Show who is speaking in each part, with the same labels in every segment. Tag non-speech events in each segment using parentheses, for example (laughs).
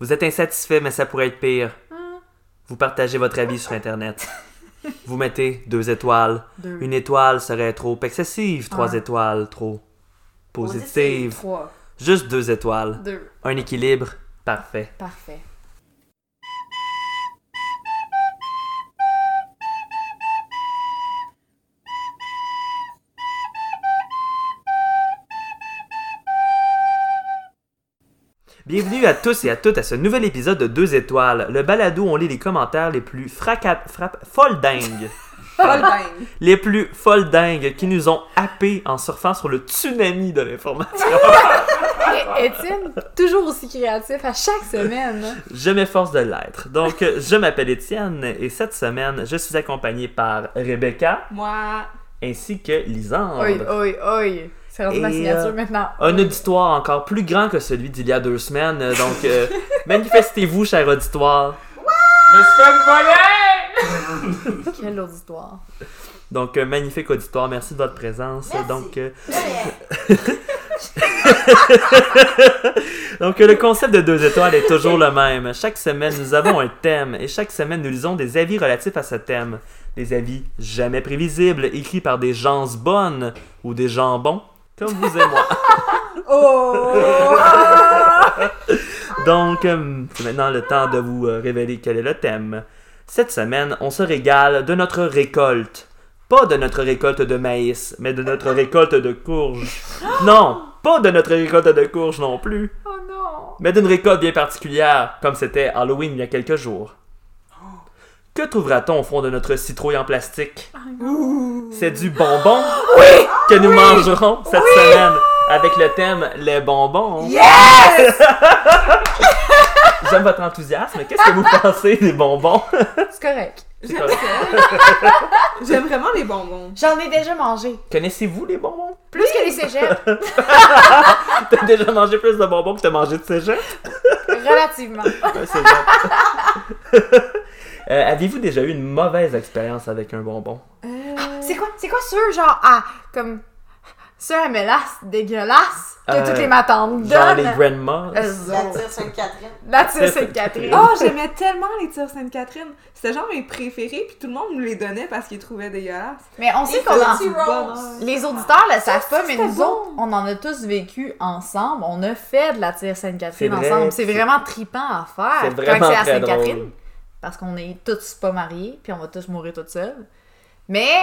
Speaker 1: Vous êtes insatisfait, mais ça pourrait être pire.
Speaker 2: Ah.
Speaker 1: Vous partagez votre avis sur Internet. Vous mettez deux étoiles.
Speaker 2: Deux. Ah.
Speaker 1: Une étoile serait trop excessive. Trois
Speaker 2: Ouais.
Speaker 1: étoiles, trop positive.
Speaker 2: Trois.
Speaker 1: Juste deux étoiles.
Speaker 2: Deux.
Speaker 1: Un équilibre parfait.
Speaker 2: Parfait.
Speaker 1: Bienvenue à tous et à toutes à ce nouvel épisode de Deux étoiles. Le balado, où on lit les commentaires les plus fracas... frappe... folle
Speaker 2: (laughs)
Speaker 1: dingue.
Speaker 2: Pas le dingue.
Speaker 1: les plus folles dingues qui nous ont happés en surfant sur le tsunami de l'information.
Speaker 2: Et Étienne, toujours aussi créatif à chaque semaine.
Speaker 1: je m'efforce de l'être. Donc, (laughs) euh, je m'appelle Étienne et cette semaine, je suis accompagné par Rebecca
Speaker 2: Moi.
Speaker 1: ainsi que Lisande.
Speaker 2: Oi, oi, oi. C'est rendu ma
Speaker 1: Ah, Et,
Speaker 2: signature
Speaker 1: euh,
Speaker 2: maintenant.
Speaker 1: Un auditoire encore plus grand que celui d'il y a deux semaines, euh, donc euh, manifestez-vous, cher auditoire.
Speaker 3: Je me suis fait voler!
Speaker 2: Quelle auditoire.
Speaker 1: Donc, un magnifique auditoire, merci de votre présence.
Speaker 4: Merci.
Speaker 1: Donc, euh,
Speaker 4: Ouais.
Speaker 1: Donc, euh, le concept de deux étoiles est toujours le même. Chaque semaine, nous avons un thème et chaque semaine, nous lisons des avis relatifs à ce thème. Des avis jamais prévisibles, écrits par des gens bonnes ou des jambons, comme vous et moi.
Speaker 2: Oh!
Speaker 1: Donc, euh, c'est maintenant le temps de vous euh, révéler quel est le thème. Cette semaine, on se régale de notre récolte. Pas de notre récolte de maïs, mais de notre récolte de courge. Non, pas de notre récolte de courge non plus.
Speaker 2: oh non!
Speaker 1: mais d'une récolte bien particulière, comme c'était Halloween il y a quelques jours. Que trouvera-t-on au fond de notre citrouille en plastique C'est du
Speaker 2: (gasps)
Speaker 1: bonbon que nous mangerons cette semaine avec le thème les bonbons. Yes (laughs) J'aime votre enthousiasme. Qu'est-ce que
Speaker 2: (laughs)
Speaker 1: vous pensez des bonbons
Speaker 2: C'est correct.
Speaker 1: C'est correct.
Speaker 5: J'aime vraiment les bonbons.
Speaker 2: J'en ai déjà mangé.
Speaker 1: Connaissez-vous les bonbons
Speaker 2: Plus que les cégeps,
Speaker 1: T'as déjà mangé plus de bonbons que t'as mangé de cégep
Speaker 2: relativement. (laughs)
Speaker 1: Un cégep. (laughs) Euh, Avez-vous déjà eu une mauvaise expérience avec un bonbon
Speaker 5: Euh,
Speaker 2: Ah, C'est quoi, c'est quoi ceux genre ah comme ceux à mélasse dégueulasse que
Speaker 1: Euh,
Speaker 2: toutes les matantes
Speaker 1: Genre les
Speaker 2: donnent.
Speaker 1: grandmas.
Speaker 2: Eux
Speaker 4: La
Speaker 2: autres.
Speaker 4: tire sur Catherine.
Speaker 2: Là tu c'est Catherine.
Speaker 1: Ah,
Speaker 5: Oh, j'aimais tellement les tirs Sainte-Catherine. C'était genre mes préférés, puis tout le monde me les donnait parce qu'ils trouvaient dégueulasses.
Speaker 2: Mais on sait
Speaker 4: Les
Speaker 2: qu'on en
Speaker 4: petits
Speaker 5: bonheur.
Speaker 4: roses.
Speaker 2: les auditeurs le savent pas, mais
Speaker 5: c'était
Speaker 2: nous
Speaker 5: bon.
Speaker 2: autres, on en a tous vécu ensemble. On a fait de la tire Sainte-Catherine
Speaker 1: C'est vrai.
Speaker 2: ensemble. C'est vraiment tripant à faire.
Speaker 1: C'est
Speaker 2: quand
Speaker 1: vraiment
Speaker 2: c'est à
Speaker 1: très
Speaker 2: Sainte-Catherine.
Speaker 1: drôle.
Speaker 2: Parce qu'on est tous pas mariés, puis on va tous mourir toutes seules. Mais,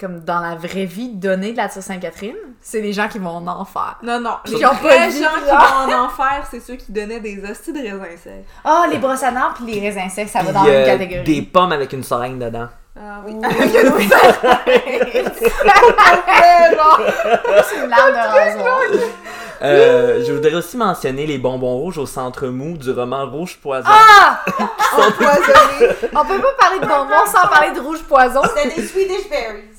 Speaker 2: comme dans la vraie vie, donner de la tire Sainte-Catherine, c'est les gens qui vont en faire.
Speaker 5: Non, non.
Speaker 2: Ils
Speaker 5: Les
Speaker 2: ont pas
Speaker 5: vrais
Speaker 2: dit,
Speaker 5: gens qui
Speaker 2: genre.
Speaker 5: vont en enfer, c'est ceux qui donnaient des hosties de raisins secs.
Speaker 2: Ah, les brosses à dents puis les raisins secs, ça va dans
Speaker 1: Puis,
Speaker 2: la même
Speaker 1: euh,
Speaker 2: catégorie. (laughs)
Speaker 1: Des pommes avec une seringue dedans.
Speaker 5: Ah oui.
Speaker 2: c'est une larme de rasoir.
Speaker 1: Euh, je voudrais aussi mentionner les bonbons rouges au centre mou du roman Rouge Poison.
Speaker 2: Ah!
Speaker 5: Empoisonné.
Speaker 2: On peut pas parler de bonbons sans parler de rouge poison.
Speaker 4: C'était des Swedish Berries.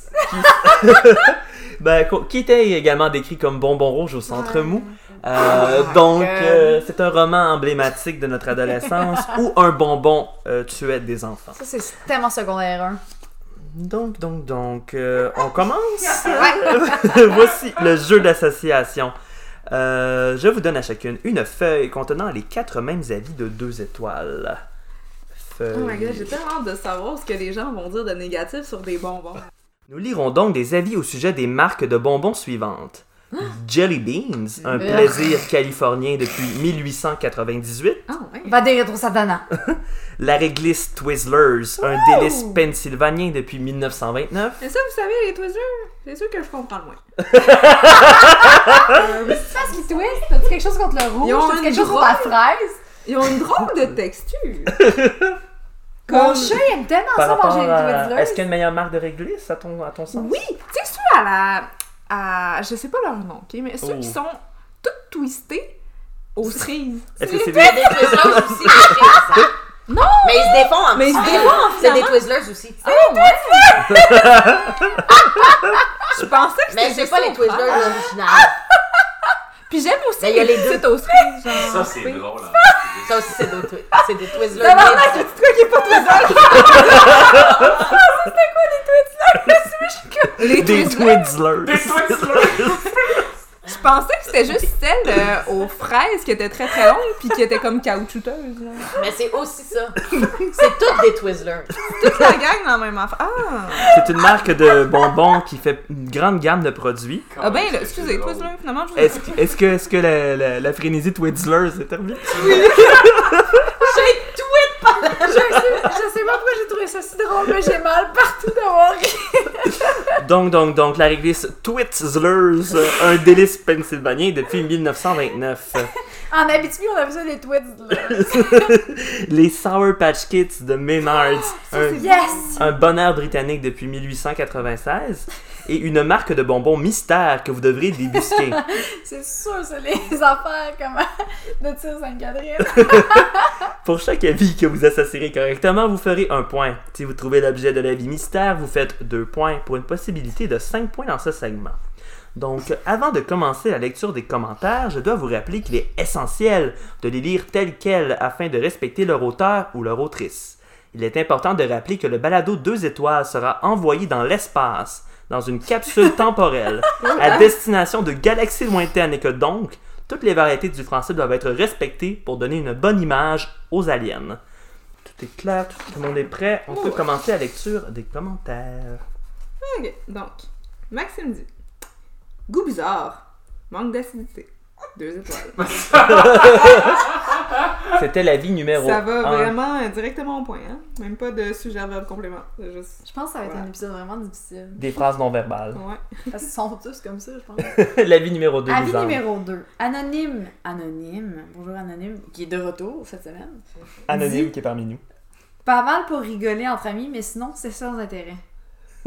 Speaker 1: Ben, co- qui était également décrit comme bonbon rouge au centre mou. Euh,
Speaker 5: Oh
Speaker 2: my
Speaker 1: donc,
Speaker 2: God.
Speaker 1: euh, c'est un roman emblématique de notre adolescence où un bonbon euh, tuait des enfants.
Speaker 2: Ça, c'est tellement secondaire 1.
Speaker 1: Donc, donc, donc, euh, on
Speaker 5: (laughs)
Speaker 1: commence.
Speaker 2: Ouais.
Speaker 1: Voici le jeu d'association. Euh, je vous donne à chacune une feuille contenant les quatre mêmes avis de deux étoiles. Feuille.
Speaker 5: Oh my god, j'ai tellement hâte de savoir ce que les gens vont dire de négatif sur des bonbons.
Speaker 1: Nous lirons donc des avis au sujet des marques de bonbons suivantes. Jelly Beans, un
Speaker 2: Urgh.
Speaker 1: plaisir californien depuis 1898.
Speaker 5: Ah ouais.
Speaker 2: Va des rétro
Speaker 1: (laughs)
Speaker 2: satana.
Speaker 1: La réglisse Twizzlers, un délice pennsylvanien depuis 1929.
Speaker 5: Mais ça, vous savez, les Twizzlers, c'est sûr que je comprends le moins. Euh,
Speaker 2: Parce qu'ils twist, t'as quelque chose contre le
Speaker 5: Ils ont
Speaker 2: rouge, t'as
Speaker 5: une
Speaker 2: quelque chose contre
Speaker 5: drôle.
Speaker 2: la fraise.
Speaker 5: Ils ont une drôle de texture.
Speaker 2: Mon
Speaker 5: Comme-
Speaker 2: chat, il aime tellement
Speaker 1: Par
Speaker 2: Ah, ça
Speaker 1: rapport
Speaker 2: manger
Speaker 1: à-
Speaker 2: les
Speaker 1: Est-ce
Speaker 2: Twizzlers.
Speaker 1: qu'il y a une meilleure marque de réglisse à ton, à ton sens?
Speaker 5: Oui, tu sais, ceux à la. À, je sais pas leur nom, ok, mais ceux
Speaker 1: Oh.
Speaker 5: qui sont toutes twistés aux cerises.
Speaker 1: Est-ce que c'est
Speaker 4: C'était des Twizzlers
Speaker 5: (laughs)
Speaker 4: aussi, les cerises.
Speaker 5: Non!
Speaker 4: Mais ils se défont en Ah,
Speaker 5: Mais ils se
Speaker 4: petits
Speaker 5: défont
Speaker 4: bouts. C'est des Twizzlers aussi.
Speaker 5: Je pensais que
Speaker 4: Mais
Speaker 5: c'était.
Speaker 4: c'est
Speaker 5: juste
Speaker 4: pas
Speaker 5: ça,
Speaker 4: les
Speaker 5: hein.
Speaker 4: Twizzlers Ah! originales.
Speaker 5: Puis j'aime aussi
Speaker 4: Mais il y a les deux.
Speaker 5: petites aux cerises, genre.
Speaker 3: Ça, c'est
Speaker 5: oui.
Speaker 3: drôle. hein.
Speaker 4: Ça aussi, c'est des Twi- c'est des Twizzlers.
Speaker 5: Non, non, non,
Speaker 4: Mais-
Speaker 5: c'est tout quoi qui est pas (laughs) Twizzlers! C'était quoi des Twizzlers? Je suis comme- Les
Speaker 1: Des
Speaker 5: Twizzlers!
Speaker 1: Twizzlers!
Speaker 3: Des Twizzlers!
Speaker 5: Je pensais que c'était juste celle euh, aux fraises qui était très très longue puis qui était comme caoutchouteuse. là.
Speaker 4: Mais c'est aussi ça. C'est toutes des Twizzlers.
Speaker 5: Toute la gang dans la même affaire. Ah!
Speaker 1: C'est une marque de bonbons qui fait une grande gamme de produits.
Speaker 5: Ah ben, là, excusez, toi, là, finalement, je vous ai
Speaker 1: Est-ce est-ce que, est que la, la, la frénésie Twizzlers est terminée?
Speaker 4: J'ai tweet!
Speaker 2: je, sais, je sais pas pourquoi j'ai trouvé ça si drôle, mais j'ai mal partout d'avoir ri.
Speaker 1: Donc, donc, donc, la réglisse Twizzlers, euh, un délice pennsylvanien depuis 1929.
Speaker 2: En Abitibi, on avait ça des tweets. là.
Speaker 1: (laughs) Les Sour Patch Kids de Maynard's, un,
Speaker 2: (laughs) Yes!
Speaker 1: un bonheur britannique depuis 1896. Et une marque de bonbons mystère que vous devrez débusquer.
Speaker 2: C'est sûr, c'est les (laughs) affaires comme de tir Sainte-Catherine.
Speaker 1: Pour chaque avis que vous assassinez correctement, vous ferez un point. Si vous trouvez l'objet de l'avis mystère, vous faites deux points pour une possibilité de cinq points dans ce segment. Donc, avant de commencer la lecture des commentaires, je dois vous rappeler qu'il est essentiel de les lire tels quels afin de respecter leur auteur ou leur autrice. Il est important de rappeler que le balado 2 étoiles sera envoyé dans l'espace, dans une
Speaker 5: (laughs)
Speaker 1: capsule temporelle, à destination de galaxies lointaines et que donc, toutes les variétés du français doivent être respectées pour donner une bonne image aux aliens. Tout est clair, tout, tout le monde est prêt. On peut commencer la lecture des commentaires.
Speaker 5: Ok, donc, Maxime dit Goût bizarre, manque d'acidité. Deux étoiles.
Speaker 1: C'était l'avis numéro
Speaker 5: Ça va
Speaker 1: un.
Speaker 5: vraiment euh, directement au point, hein? Même pas de sujet, verbe, complément. C'est juste.
Speaker 2: Je pense que ça va être
Speaker 5: Voilà.
Speaker 2: un épisode vraiment difficile.
Speaker 1: Des phrases non verbales.
Speaker 5: Ouais.
Speaker 2: Parce qu'ils sont tous comme ça, je pense.
Speaker 1: (laughs) l'avis numéro 2.
Speaker 2: Avis numéro 2. Anonyme. Anonyme. Bonjour Anonyme, qui est de retour cette semaine.
Speaker 1: Anonyme qui est parmi nous.
Speaker 2: Pas mal pour rigoler entre amis, mais sinon, c'est sans intérêt.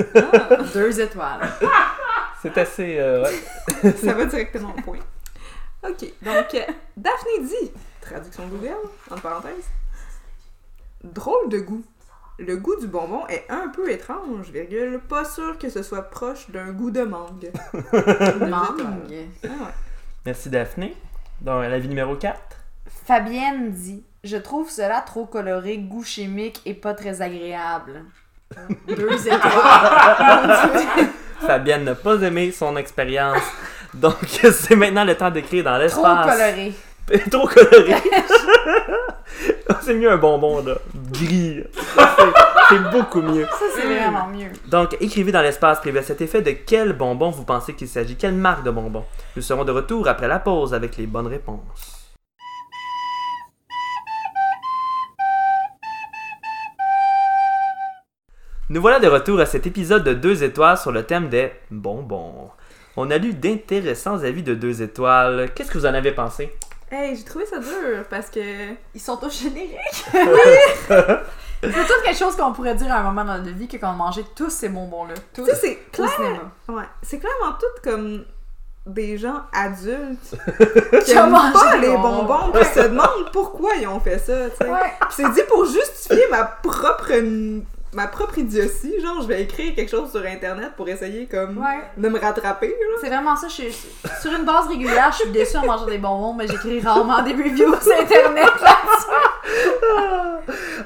Speaker 5: Ah,
Speaker 2: Deux étoiles. (laughs)
Speaker 1: C'est assez... euh, ouais.
Speaker 5: Ça va directement au point. Ok, donc, euh, Daphné dit Traduction Google, entre parenthèses. Drôle de goût. Le goût du bonbon est un peu étrange, virgule. Pas sûr que ce soit proche d'un goût de mangue. Deux étoiles.
Speaker 2: Mangue.
Speaker 5: Ah ouais.
Speaker 1: Merci Daphné. Donc, l'avis numéro 4.
Speaker 2: Fabienne dit Je trouve cela trop coloré, goût chimique et pas très (laughs) agréable. Deux étoiles.
Speaker 1: Fabienne n'a pas aimé son expérience. (laughs) Donc, c'est maintenant le temps d'écrire dans
Speaker 2: trop
Speaker 1: l'espace.
Speaker 2: coloré.
Speaker 1: (laughs) Trop
Speaker 2: (laughs)
Speaker 1: coloré. c'est mieux un bonbon, là.
Speaker 2: (laughs)
Speaker 1: Gris. C'est- C'est beaucoup mieux.
Speaker 2: Ça, c'est vraiment mieux.
Speaker 1: Donc, écrivez dans l'espace privé à cet effet de quel bonbon vous pensez qu'il s'agit, quelle marque de bonbon. Nous serons de retour après la pause avec les bonnes réponses. Nous voilà de retour à cet épisode de 2 étoiles sur le thème des bonbons. On a lu d'intéressants avis de 2 étoiles. Qu'est-ce que vous en avez pensé?
Speaker 5: Hey, j'ai trouvé ça dur parce que.
Speaker 2: Ils sont au générique. (laughs) Oui. c'est tout quelque chose qu'on pourrait dire à un moment dans notre vie que quand on mangeait tous ces bonbons-là. Tous.
Speaker 5: Tu sais, c'est
Speaker 2: Au
Speaker 5: clair.
Speaker 2: cinéma.
Speaker 5: Ouais. C'est clairement tout comme des gens
Speaker 2: (laughs)
Speaker 5: adultes
Speaker 2: Qui
Speaker 5: qui
Speaker 2: ont
Speaker 5: aiment
Speaker 2: mangé
Speaker 5: pas
Speaker 2: des
Speaker 5: les
Speaker 2: bonbons.
Speaker 5: bonbons. qui se demandent pourquoi ils ont fait ça, tu sais.
Speaker 2: Ouais.
Speaker 5: Puis C'est dit pour justifier ma propre ma propre idiotie, genre je vais écrire quelque chose sur internet pour essayer comme
Speaker 2: Ouais.
Speaker 5: de me rattraper. là.
Speaker 2: C'est vraiment ça. Je suis, sur une base régulière, je suis déçue en mangeant des bonbons, mais j'écris rarement des reviews sur Internet.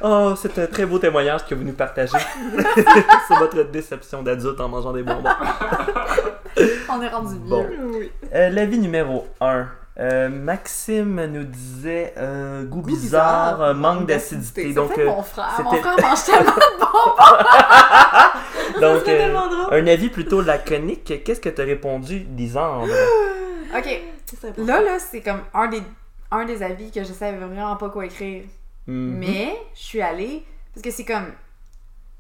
Speaker 1: Oh, c'est un très beau témoignage que vous nous (laughs) partagez sur votre déception d'adulte en mangeant des bonbons.
Speaker 2: On est rendu vieux.
Speaker 1: Bon.
Speaker 5: Oui.
Speaker 1: Euh, L'avis numéro 1. Maxime nous disait euh, goût
Speaker 5: Goût
Speaker 1: bizarre,
Speaker 5: bizarre,
Speaker 1: euh, manque
Speaker 5: manque
Speaker 1: d'acidité.
Speaker 5: d'acidité.
Speaker 1: Donc,
Speaker 2: C'est
Speaker 1: euh,
Speaker 2: mon frère. Mon
Speaker 1: c'était-
Speaker 2: frère
Speaker 1: (laughs)
Speaker 2: mange tellement de bonbons.
Speaker 1: donc
Speaker 5: C'est
Speaker 1: euh,
Speaker 5: tellement drôle.
Speaker 1: un avis plutôt laconique. Qu'est-ce que t'as répondu, Lisandre
Speaker 2: OK. Là, là, c'est comme un des, un des avis que je savais vraiment pas quoi écrire.
Speaker 1: Hmm.
Speaker 2: Mais je suis allée... Parce que c'est comme...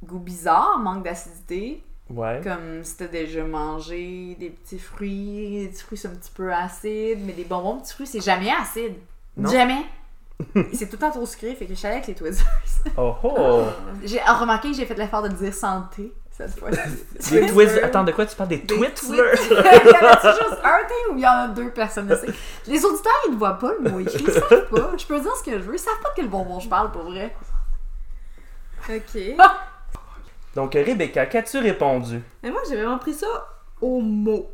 Speaker 2: Goût bizarre, manque d'acidité.
Speaker 1: Ouais.
Speaker 2: Comme si t'as déjà mangé des petits fruits, des petits fruits sont un petit peu acides, mais des bonbons petits fruits, c'est jamais acide.
Speaker 1: Non.
Speaker 2: Jamais.
Speaker 1: (laughs)
Speaker 2: c'est tout le temps trop sucré, fait que je suis allée avec les Twizzlers.
Speaker 1: Oh oh
Speaker 2: J'ai remarqué que j'ai fait l'effort de dire santé cette fois.
Speaker 1: Des Twizzlers. Attends, de quoi tu parles Des, Twizzlers
Speaker 2: (laughs) il y en a juste un thing ou il y en a deux personnes, je sais. Les auditeurs, ils ne voient pas le mot écrit, ils savent pas. Je peux dire ce que je veux, ils savent pas de quel bonbon je parle pour vrai.
Speaker 5: OK.
Speaker 1: Donc, euh, Rebecca, qu'as-tu répondu
Speaker 5: Mais moi j'ai vraiment pris ça au mot.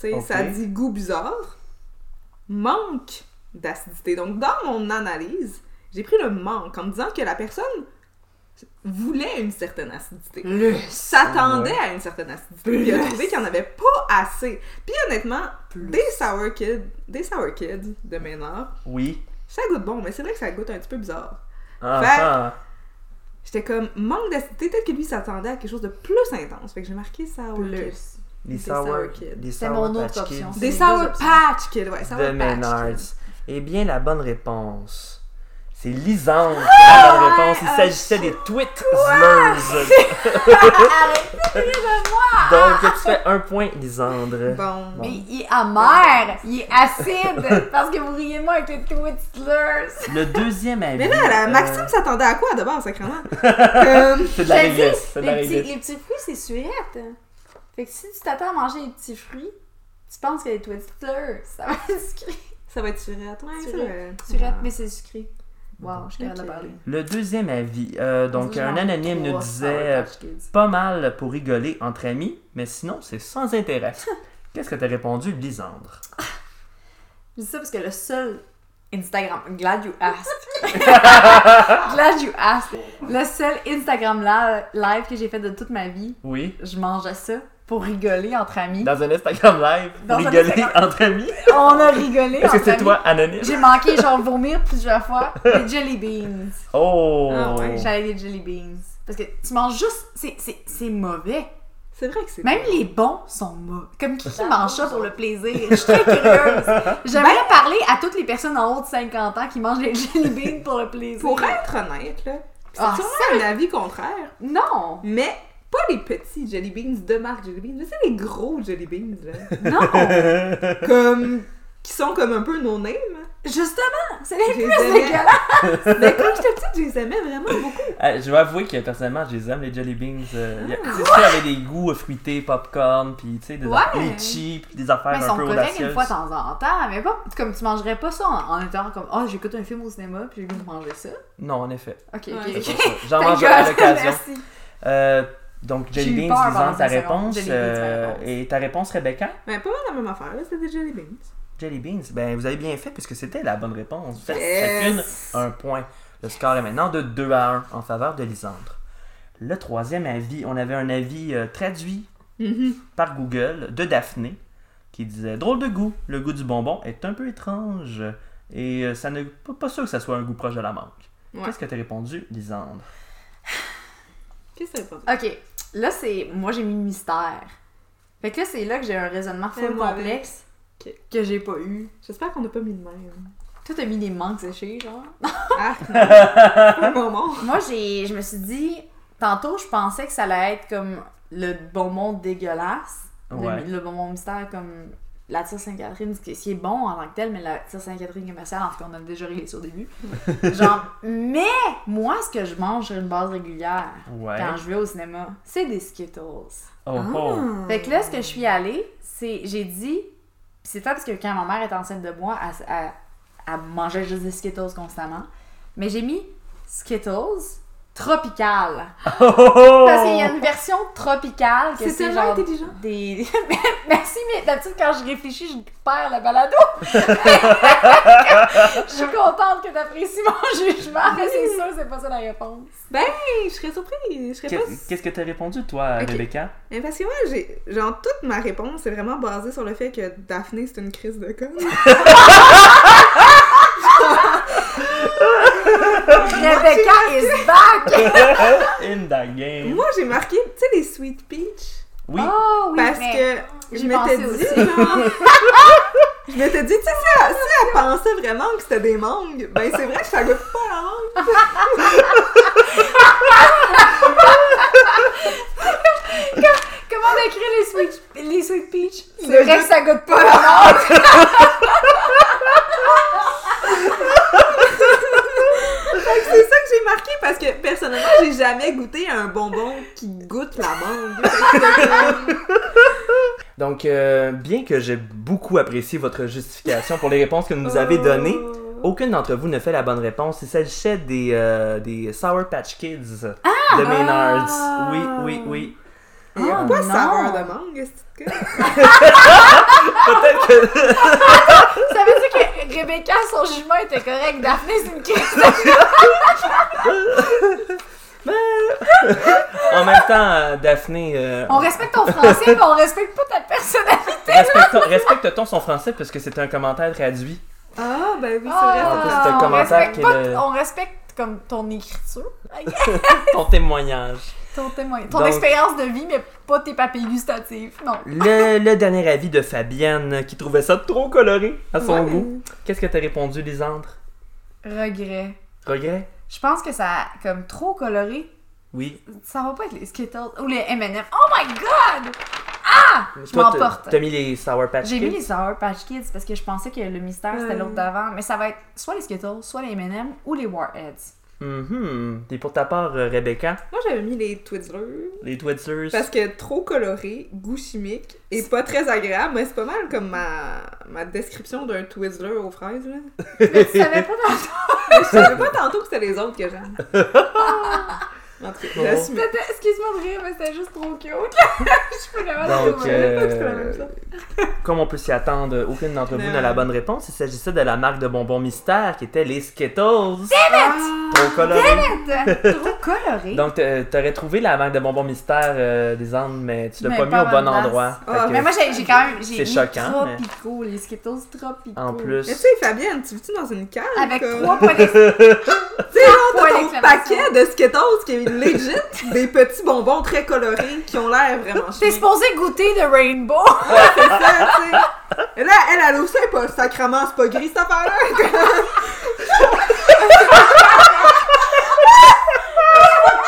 Speaker 5: Tu sais, ça
Speaker 1: Ok.
Speaker 5: dit goût bizarre, manque d'acidité. Donc dans mon analyse, j'ai pris le manque en me disant que la personne voulait une certaine acidité.
Speaker 2: Le
Speaker 5: S'attendait
Speaker 1: Ouais.
Speaker 5: à une certaine acidité. Il a trouvé qu'il n'y en avait pas assez. Puis honnêtement, des Sour Kids, des Sour Kids de Ménard,
Speaker 1: Oui.
Speaker 5: ça goûte bon, mais c'est vrai que ça goûte un petit peu bizarre.
Speaker 1: Ah,
Speaker 5: Fait-
Speaker 1: ah.
Speaker 5: J'étais comme, manque d'acidité, peut-être que lui s'attendait à quelque chose de plus intense. Fait que j'ai marqué Sour
Speaker 2: Plus.
Speaker 5: Kids.
Speaker 1: Les
Speaker 5: Des
Speaker 1: sour,
Speaker 5: Sour Kids.
Speaker 1: Les
Speaker 2: C'est
Speaker 1: sour
Speaker 2: mon autre
Speaker 1: Patch
Speaker 2: option.
Speaker 1: Kids
Speaker 5: Des
Speaker 2: les deux
Speaker 5: Sour
Speaker 2: options.
Speaker 5: Patch Kids, ouais, Sour
Speaker 1: de
Speaker 5: Patch Kids.
Speaker 1: Menards. Eh bien, la bonne réponse, c'est Lisande. la bonne réponse, il
Speaker 5: ah,
Speaker 1: s'agissait des Twit
Speaker 5: (laughs)
Speaker 1: Slurs.
Speaker 2: Arrête.
Speaker 1: Donc, tu fais un point, Lisandre.
Speaker 5: Ah! Bon.
Speaker 1: Bon.
Speaker 2: Mais il est amer, il est acide, parce que vous riez de moi avec les Twizzlers.
Speaker 1: Le deuxième avis.
Speaker 5: Mais là, la
Speaker 1: euh,
Speaker 5: Maxime s'attendait à quoi d'abord, sacrément? Comme,
Speaker 1: C'est de la
Speaker 2: Je te
Speaker 1: réglisse. C'est
Speaker 2: dis,
Speaker 1: de la
Speaker 2: les petits,
Speaker 1: réglisse.
Speaker 2: les petits fruits, c'est suette. Fait que si tu t'attends à manger les petits fruits, tu penses que les Twizzlers, ça va être sucré.
Speaker 5: ça va être surette. Ouais,
Speaker 2: Surette.
Speaker 5: Ah. ça va-
Speaker 2: Surette,
Speaker 5: Ouais.
Speaker 2: mais c'est sucré. Wow, je suis capable de
Speaker 5: Ok.
Speaker 2: parler.
Speaker 1: Le deuxième avis. euh, donc,
Speaker 2: Genre
Speaker 1: un anonyme nous
Speaker 2: trois
Speaker 5: Ah,
Speaker 1: disait euh,
Speaker 2: Sour Patch Kids.
Speaker 1: pas mal pour rigoler entre amis, mais sinon, c'est sans intérêt.
Speaker 5: (laughs)
Speaker 1: Qu'est-ce que t'as répondu, Lisandre?
Speaker 2: Je dis ça parce que le seul Instagram, glad you
Speaker 1: (laughs)
Speaker 2: asked. glad you asked. Le seul Instagram la- live que j'ai fait de toute ma vie,
Speaker 1: Oui.
Speaker 2: je mangeais ça pour rigoler entre amis.
Speaker 1: Dans un Instagram live,
Speaker 2: Dans un
Speaker 1: rigoler
Speaker 2: Instagram-
Speaker 1: entre
Speaker 5: (laughs)
Speaker 1: amis.
Speaker 2: On a rigolé
Speaker 1: Est-ce
Speaker 2: entre
Speaker 1: que c'est
Speaker 2: amis.
Speaker 1: toi, anonyme?
Speaker 2: J'ai manqué genre vomir plusieurs fois. Des jelly beans.
Speaker 1: Oh!
Speaker 5: Ah ouais,
Speaker 2: J'avais des jelly beans. Parce que tu manges juste. C'est, c'est, c'est mauvais.
Speaker 5: C'est vrai que c'est.
Speaker 2: Même les bons sont mauvais. Comme qui, qui mange ça pour le plaisir? Je suis très curieuse. J'aimerais parler à toutes les personnes en haut de 50 ans qui mangent des jelly beans pour le plaisir.
Speaker 5: Pour être honnête, là, c'est
Speaker 2: Ah,
Speaker 5: sûrement un avis contraire,
Speaker 2: Non!
Speaker 5: mais pas les petits jelly beans de marque jelly beans, mais c'est les gros jelly beans,
Speaker 2: (laughs)
Speaker 5: là.
Speaker 2: Non!
Speaker 5: comme. qui sont comme un peu no name.
Speaker 2: Justement! C'est les
Speaker 5: Je les
Speaker 2: plus
Speaker 5: aimais.
Speaker 2: dégueulasses!
Speaker 5: Mais quand j'étais petite, je les aimais vraiment beaucoup.
Speaker 1: Euh, je vais avouer que personnellement, je les aime, les Jelly Beans. euh, y a- tu sais, ça avait des goûts euh, fruités, popcorn, puis tu sais, des
Speaker 5: Ouais.
Speaker 1: affaires litchi, puis des affaires
Speaker 2: Mais ils
Speaker 1: un
Speaker 2: sont
Speaker 1: peu
Speaker 2: corrects une
Speaker 1: audacieuses.
Speaker 2: fois de temps en temps, mais pas comme tu mangerais pas ça en, en étant comme Oh, j'écoute un film au cinéma puis j'ai goût de manger ça.
Speaker 1: Non, en effet.
Speaker 2: Ok,
Speaker 5: Ouais.
Speaker 2: ok,
Speaker 1: c'est
Speaker 2: ok.
Speaker 1: pour ça. J'en
Speaker 2: (laughs) Ta
Speaker 1: mange
Speaker 2: gueule,
Speaker 1: à l'occasion.
Speaker 2: merci.
Speaker 1: Euh, donc, Jelly
Speaker 2: J'ai eu
Speaker 1: Beans,
Speaker 2: peur
Speaker 1: disant
Speaker 2: pendant
Speaker 1: ta
Speaker 2: une
Speaker 1: réponse.
Speaker 2: seconde. Jelly Beans, ma
Speaker 1: euh,
Speaker 2: réponse.
Speaker 1: et ta réponse, Rebecca
Speaker 5: Mais Ben, pas mal la même affaire, là, c'était des jelly beans.
Speaker 1: Jelly Beans, ben vous avez bien fait puisque c'était la bonne réponse. Vous faites
Speaker 5: Yes.
Speaker 1: chacune un point. Le score est maintenant de 2 à 1 en faveur de Lisandre. Le troisième avis, on avait un avis euh, traduit
Speaker 5: Mm-hmm.
Speaker 1: par Google de Daphné qui disait Drôle de goût, le goût du bonbon est un peu étrange et euh, ça ne pas, pas sûr que ça soit un goût proche de la mangue.
Speaker 5: Ouais.
Speaker 1: Qu'est-ce que t'as répondu, Lisandre
Speaker 5: Qu'est-ce que ça répond?
Speaker 2: Ok, là c'est. Moi j'ai mis mystère. Fait que là c'est là que j'ai un raisonnement full
Speaker 5: Fais-moi
Speaker 2: complexe que j'ai pas eu.
Speaker 5: J'espère qu'on n'a pas mis de même.
Speaker 2: Toi t'as mis des manques séchés (laughs) genre.
Speaker 5: Ah, c'est un moment.
Speaker 2: Moi, j'ai, je me suis dit, tantôt, je pensais que ça allait être comme le bonbon dégueulasse, le-
Speaker 1: Ouais.
Speaker 2: le, bonbon mystère comme la tire Sainte-Catherine, ce qui- ce qui est bon en tant que tel, mais la tire Sainte-Catherine commerciale, en tout cas, on a déjà réglé ça au début. Genre, mais moi, ce que je mange sur une base régulière
Speaker 1: Ouais.
Speaker 5: Ah.
Speaker 2: quand je vais au cinéma, c'est des Skittles.
Speaker 1: Oh, oh.
Speaker 2: Fait que là, ce que je suis allée, c'est. J'ai dit. pis c'est pas parce que quand ma mère était enceinte de moi, elle, s- elle- elle mangeait juste des Skittles constamment. Mais j'ai mis Skittles tropicales.
Speaker 5: Ah.
Speaker 1: (laughs) Oh, oh, oh.
Speaker 2: Parce qu'il y a une version tropicale que
Speaker 5: C'est
Speaker 2: c'est
Speaker 5: tellement
Speaker 2: genre.
Speaker 5: intelligent.
Speaker 2: Des... (laughs) Merci, mais d'habitude, quand je réfléchis, je perds la
Speaker 5: (laughs)
Speaker 2: balado. je suis contente que t'apprécies mon jugement, mais c'est sûr, c'est pas ça la réponse.
Speaker 5: Hey, je serais surprise. Je serais pas
Speaker 1: Qu'est- Qu'est-ce que t'as répondu, toi,
Speaker 5: Ok. (laughs)
Speaker 1: Rebecca
Speaker 5: Mais parce que moi, j'ai, genre, toute ma réponse c'est vraiment basée sur le fait que Daphné, c'est une crise de conne.
Speaker 2: Rebecca is back!
Speaker 1: Euh, In the game.
Speaker 5: (laughs) Moi, Ah. j'ai marqué, tu sais, les Sweet Peach.
Speaker 1: Oui.
Speaker 2: Oh oui,
Speaker 5: parce
Speaker 2: mais-
Speaker 5: que je
Speaker 2: j'y pensais
Speaker 5: m'étais dit,
Speaker 2: aussi.
Speaker 5: (laughs) genre. je m'étais dit, tu sais, si elle, si elle pensait vraiment que c'était des mangues, ben c'est vrai que ça goûte pas la mangue.
Speaker 2: Comment décrire les sweet, les sweet peach?
Speaker 5: Le
Speaker 2: C'est vrai que ça goûte pas Ah, la
Speaker 5: Ah,
Speaker 2: menthe!
Speaker 5: Fait que c'est ça que j'ai marqué parce que personnellement, j'ai jamais goûté un bonbon qui goûte la mangue. Fait que, euh,
Speaker 1: Donc, euh, bien que j'ai beaucoup apprécié votre justification pour les réponses que vous nous
Speaker 5: Oh.
Speaker 1: avez données, aucune d'entre vous ne fait la bonne réponse. Il s'agissait des, euh, des Sour Patch Kids de Maynards.
Speaker 5: Ah!
Speaker 1: Oui, oui, oui.
Speaker 5: Il y a
Speaker 2: Ah,
Speaker 5: pas de
Speaker 2: non.
Speaker 5: saveur de mangue, est-ce que?
Speaker 1: Peut-être que...
Speaker 2: Ça veut dire que Rebecca, son jugement était correct. Daphné, c'est une crise.
Speaker 1: Ben, En même temps, euh, Daphné, euh,
Speaker 2: On respecte ton français, mais on respecte pas ta personnalité.
Speaker 1: respecte- respecte-t-on son français parce que c'était un commentaire traduit?
Speaker 5: (laughs) Ah, ben oui, c'est
Speaker 2: Ah,
Speaker 5: vrai.
Speaker 1: c'est un
Speaker 2: on
Speaker 1: commentaire
Speaker 2: respecte
Speaker 1: qui est
Speaker 2: pas-
Speaker 1: le-
Speaker 2: On respecte comme ton écriture,
Speaker 1: Ton témoignage.
Speaker 2: ton témoin, ton
Speaker 1: Donc-
Speaker 2: expérience de vie, mais pas tes papilles gustatives. Non.
Speaker 1: Le, le dernier avis de Fabienne qui trouvait ça trop coloré à son
Speaker 5: Ouais.
Speaker 1: goût. Qu'est-ce que t'as répondu, Lisandre?
Speaker 2: Regret.
Speaker 1: Regret?
Speaker 2: Je pense que ça, comme trop coloré,
Speaker 1: Oui.
Speaker 2: ça va pas avec les Skittles ou les M&M. Oh my god!
Speaker 1: Toi,
Speaker 2: m'en
Speaker 1: t'as-
Speaker 2: porte.
Speaker 1: T'as mis les Sour Patch
Speaker 2: J'ai mis
Speaker 1: Kids?
Speaker 2: les Sour Patch Kids parce que je pensais que le mystère c'était
Speaker 5: Euh.
Speaker 2: l'autre d'avant, mais ça va être soit les Skittles, soit les M&M ou les Warheads.
Speaker 1: Mhm. Et pour ta part, euh, Rebecca,
Speaker 5: Moi, j'avais mis les Twizzlers.
Speaker 1: les Twizzlers.
Speaker 5: Parce que trop coloré, goût chimique et pas très agréable. Mais c'est pas mal comme ma, ma description d'un Twizzler aux fraises. (laughs) Là.
Speaker 2: (laughs) Mais tu savais pas dans
Speaker 5: Je savais pas tantôt que c'était les autres que (laughs) j'aime. En tout cas, j'assume.
Speaker 2: C'était- Excuse-moi de rire, mais c'était juste trop cute. (laughs) je suis vraiment la
Speaker 1: Donc,
Speaker 2: nouvelle.
Speaker 1: euh,
Speaker 5: c'est la même chose.
Speaker 1: (laughs) comme on peut s'y attendre, aucune d'entre vous
Speaker 5: Mais
Speaker 1: n'a la
Speaker 5: ouais.
Speaker 1: bonne réponse. Il s'agissait de la marque de bonbons mystère qui était les Skittles.
Speaker 5: Ah,
Speaker 1: Trop coloré.
Speaker 2: trop coloré.
Speaker 1: euh, Donc, t'a- t'aurais trouvé la marque de bonbons mystère euh, des Andes, mais tu l'as
Speaker 2: Mais
Speaker 1: pas mis
Speaker 2: pas
Speaker 1: au bon
Speaker 2: bonne place.
Speaker 1: endroit.
Speaker 5: Ah,
Speaker 1: Fait que,
Speaker 2: mais moi j'ai j'ai quand même j'ai
Speaker 1: C'est
Speaker 2: mis
Speaker 1: choquant, mais-
Speaker 2: tropicaux, les Skittles tropicaux.
Speaker 1: en plus,
Speaker 5: Mais tu sais, Fabienne, tu vis-tu dans une cave?
Speaker 2: Avec
Speaker 5: comme?
Speaker 2: trois points d'ex- (laughs)
Speaker 5: Tu sais, genre,
Speaker 2: points
Speaker 5: t'as ton
Speaker 2: d'exclamation.
Speaker 5: paquet de Skittles qui est legit, des petits bonbons très colorés qui ont l'air vraiment
Speaker 2: T'es
Speaker 5: chimiques.
Speaker 2: supposé goûter le rainbow!
Speaker 5: Ça, tu sais. Et là, elle, elle ouvre ça, elle est pas sacrement, c'est pas gris cette affaire-là. (laughs)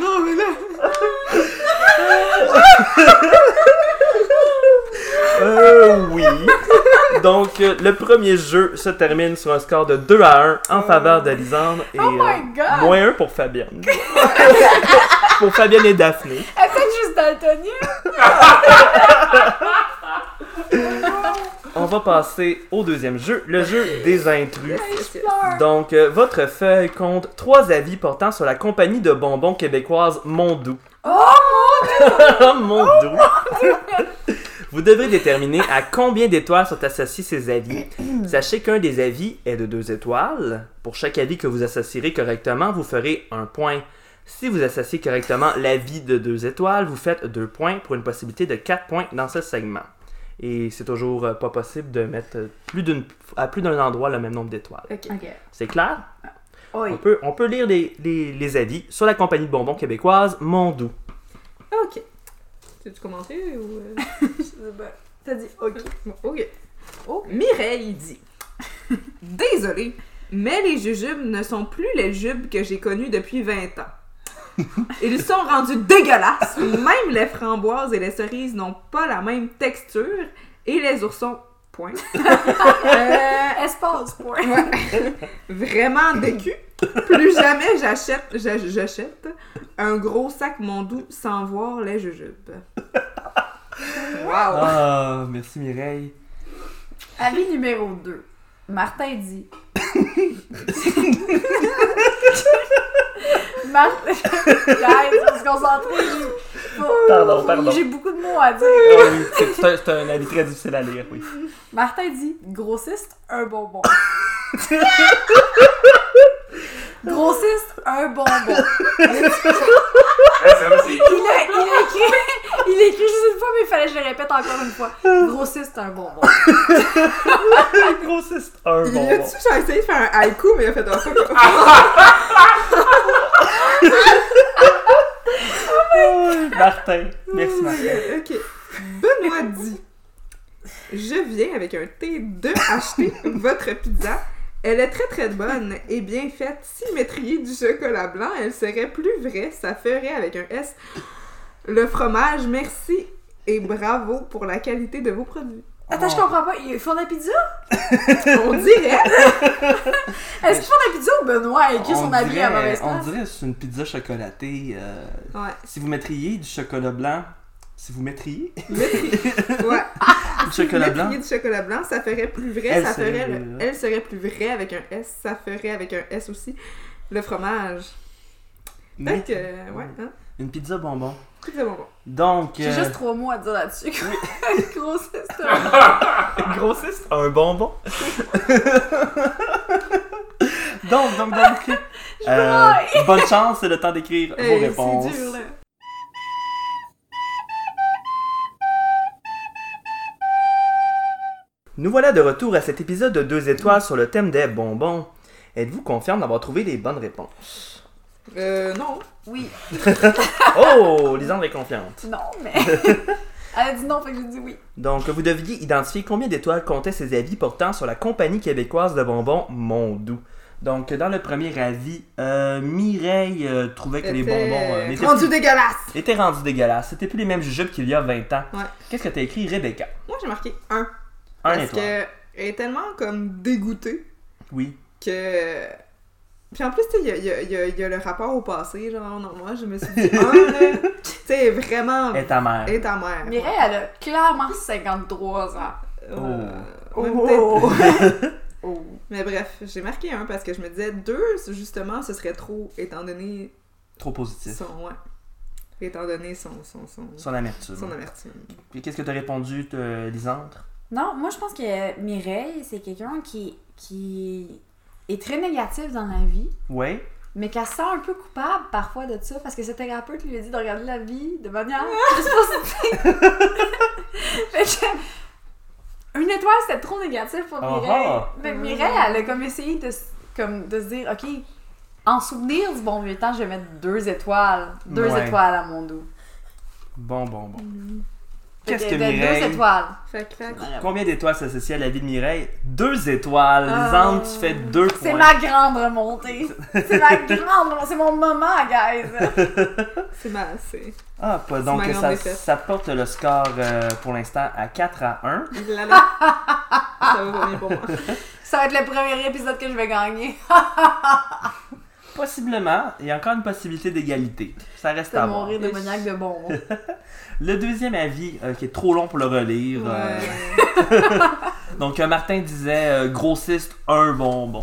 Speaker 5: non, mais là,
Speaker 1: Euh,
Speaker 2: (laughs)
Speaker 1: oui. Donc, euh, le premier jeu se termine sur un score de 2 à 1 en faveur de Lisandre et
Speaker 2: Oh my
Speaker 1: euh,
Speaker 2: God!
Speaker 1: moins 1 pour Fabienne. (laughs) pour Fabienne et Daphné.
Speaker 2: Elle est peut-être juste hein, daltonienne!
Speaker 1: On va passer au deuxième jeu, le jeu des intrus.
Speaker 5: Yes, yes.
Speaker 1: Donc, euh, votre feuille compte trois avis portant sur la compagnie de bonbons québécoise Mondou. Oh, Mondou! (laughs) Vous devrez déterminer à combien d'étoiles sont associés ces avis. Sachez qu'un des avis est de deux étoiles. Pour chaque avis que vous associerez correctement, vous ferez un point. Si vous associez correctement l'avis de deux étoiles, vous faites deux points pour une possibilité de quatre points dans ce segment. Et c'est toujours euh, pas possible de mettre euh, plus d'une, à plus d'un endroit le même nombre d'étoiles.
Speaker 2: Ok.
Speaker 1: C'est clair? On
Speaker 2: Oui.
Speaker 1: peut, on peut lire les, les- les avis sur la compagnie de bonbons québécoise Mondou.
Speaker 5: Ok. Tu veux commenter ou. euh?
Speaker 2: T'as dit (laughs) ok.
Speaker 5: Bon, ok. Mireille (laughs) dit Désolée, mais les jujubes ne sont plus les jujubes que j'ai connus depuis 20 ans. (laughs) Ils sont rendus dégueulasses. Même les framboises et les cerises n'ont pas la même texture. Et les oursons, point. Euh,
Speaker 2: Espace pour.
Speaker 5: vraiment décu. Plus jamais j'achète, j'ach- j'achète un gros sac Mondou sans voir les jujubes. Wow!
Speaker 1: Ah, merci Mireille.
Speaker 2: Avis numéro 2. Martin (laughs) dit. Martin. (laughs) Guys, faut se concentrer. j'ai- faut-
Speaker 1: Pardon, pardon.
Speaker 2: J'ai beaucoup de mots à dire.
Speaker 1: Ah c'est c'est un, c'est un avis très difficile à lire, oui.
Speaker 2: Martin dit grossiste, un
Speaker 1: (laughs)
Speaker 2: bonbon. grossiste, un bonbon.
Speaker 3: Ça, c'est
Speaker 2: Il a, il a écrit, il a écrit juste une fois, mais il fallait que je le répète encore une fois. Grossiste, un bonbon.
Speaker 1: Grossiste un
Speaker 5: Il
Speaker 1: bonbon.
Speaker 5: a-tu j'ai essayé de faire un haïku, mais il a fait un fuck off.
Speaker 1: Ah, Martin. Merci Martin.
Speaker 5: Ok. Benoît dit Je viens avec un thé de acheter votre pizza. Elle est très très bonne et bien faite. Si m'étrier du chocolat blanc, elle serait plus vraie. Ça ferait avec un S. Le fromage, merci et bravo pour la qualité de vos produits.
Speaker 2: Attends, je comprends pas. Ils font de la pizza?
Speaker 5: On dirait.
Speaker 2: Est-ce qu'ils font de la pizza ou Benoît a écrit son avis à mauvaise
Speaker 1: on
Speaker 2: place?
Speaker 1: dirait que c'est une pizza chocolatée. euh,
Speaker 5: Ouais.
Speaker 1: si vous mettriez du chocolat blanc, si vous mettriez
Speaker 5: Ouais.
Speaker 2: Ah,
Speaker 1: du chocolat blanc,
Speaker 5: M'étrier du chocolat blanc, ça ferait plus vrai.
Speaker 1: Elle
Speaker 5: ça
Speaker 1: serait
Speaker 5: ferait le-
Speaker 1: plus vraie.
Speaker 5: Elle serait plus vraie avec un S. Ça ferait avec un S aussi. Le fromage.
Speaker 1: mais
Speaker 5: Peut-être que. Ouais, hein.
Speaker 1: une pizza bonbon.
Speaker 5: Pizza bonbon.
Speaker 1: Donc,
Speaker 2: J'ai
Speaker 1: euh,
Speaker 2: juste trois mots à dire là-dessus. (laughs) grossiste, un
Speaker 1: grossiste un bonbon. (laughs) Donc, donc,
Speaker 2: (laughs)
Speaker 1: donc. euh, bonne chance, c'est le temps d'écrire vos
Speaker 5: Hey,
Speaker 1: réponses.
Speaker 5: C'est dur, là.
Speaker 1: Nous voilà de retour à cet épisode de 2 étoiles sur le thème des bonbons. Êtes-vous confiant d'avoir trouvé les bonnes
Speaker 5: (laughs)
Speaker 1: réponses?
Speaker 5: Euh, non.
Speaker 2: Oui.
Speaker 1: Oh, Lisandre est confiante.
Speaker 2: Non,
Speaker 1: (laughs)
Speaker 2: mais. Elle a dit non, fait que j'ai dit oui.
Speaker 1: Donc, vous deviez identifier combien d'étoiles comptaient ces avis portant sur la compagnie québécoise de bonbons Mondou. Donc, dans le premier avis, euh, Mireille euh, trouvait que les bonbons euh,
Speaker 5: Était
Speaker 1: n'étaient
Speaker 5: Rendu
Speaker 1: plus-
Speaker 5: dégueulasse.
Speaker 1: étaient rendus dégueulasses. C'était plus les mêmes jujubes qu'il y a 20 ans.
Speaker 5: Ouais.
Speaker 1: Qu'est-ce que t'as écrit, Rebecca?
Speaker 5: Moi, j'ai marqué un.
Speaker 1: Un
Speaker 5: parce
Speaker 1: étoile.
Speaker 5: que elle est tellement comme dégoûtée
Speaker 1: Oui.
Speaker 5: que. Puis en plus, tu sais, il y a, il y a- il y a- il y a le rapport au passé. Genre, non, moi, je me suis
Speaker 1: (laughs)
Speaker 5: dit, un, là, tu sais, vraiment.
Speaker 1: Et ta mère.
Speaker 5: Ah. Et ta mère.
Speaker 2: Mireille, elle a clairement 53 ans.
Speaker 5: Euh,
Speaker 2: Oh.
Speaker 5: ouais, peut-être.
Speaker 2: Oh.
Speaker 5: Mais bref, j'ai marqué un parce que je me disais deux, c'est- justement, ce serait trop, étant donné
Speaker 1: Trop positif.
Speaker 5: son. Ouais. Étant donné son. son, son,
Speaker 1: Son amertume.
Speaker 5: son amertume.
Speaker 1: Puis Qu'est-ce que t'as répondu, euh, Lisandre?
Speaker 2: Non, moi je pense que Mireille, c'est quelqu'un qui, qui est très négatif dans la vie,
Speaker 1: Ouais.
Speaker 2: mais qu'elle se sent un peu coupable parfois de ça parce que ce thérapeute lui a dit de regarder la vie de manière plus positive. (laughs) Fait que Une étoile, c'était trop négatif pour
Speaker 1: Ah
Speaker 2: Mireille.
Speaker 1: ah.
Speaker 2: Mais Mireille, elle a comme essayé de, s- comme de se dire, OK, en souvenir du bon vieux temps, je vais mettre deux étoiles. Deux
Speaker 1: Ouais.
Speaker 2: étoiles à mon dos.
Speaker 1: Bon, bon, bon.
Speaker 5: Mm-hmm.
Speaker 2: Fait
Speaker 1: Qu'est-ce que
Speaker 2: de- de Deux
Speaker 1: Mireille?
Speaker 2: étoiles.
Speaker 5: Fait que, fait que-
Speaker 1: Combien d'étoiles s'associe à la vie de Mireille? Deux étoiles.
Speaker 5: Ah.
Speaker 1: Lisandre, tu fais deux points.
Speaker 2: C'est ma grande remontée. C'est ma grande remontée. C'est mon moment, guys.
Speaker 5: c'est ma. C'est.
Speaker 1: Ah, pas donc
Speaker 5: ma grande
Speaker 1: ça,
Speaker 5: défaite.
Speaker 1: ça porte le score euh, pour l'instant à 4 à 1.
Speaker 5: Là, là. (laughs) ça va pas bien pour moi.
Speaker 2: Ça va être le premier épisode que je vais gagner.
Speaker 1: Possiblement, il y a encore une possibilité d'égalité. Ça reste
Speaker 2: Je vais
Speaker 1: à voir.
Speaker 2: mourir de maniaque de bon mots.
Speaker 1: Le deuxième avis, euh, qui est trop long pour le relire. euh,
Speaker 5: Ouais.
Speaker 1: donc, euh, Martin disait euh, grossiste, un
Speaker 5: (laughs)
Speaker 1: bonbon.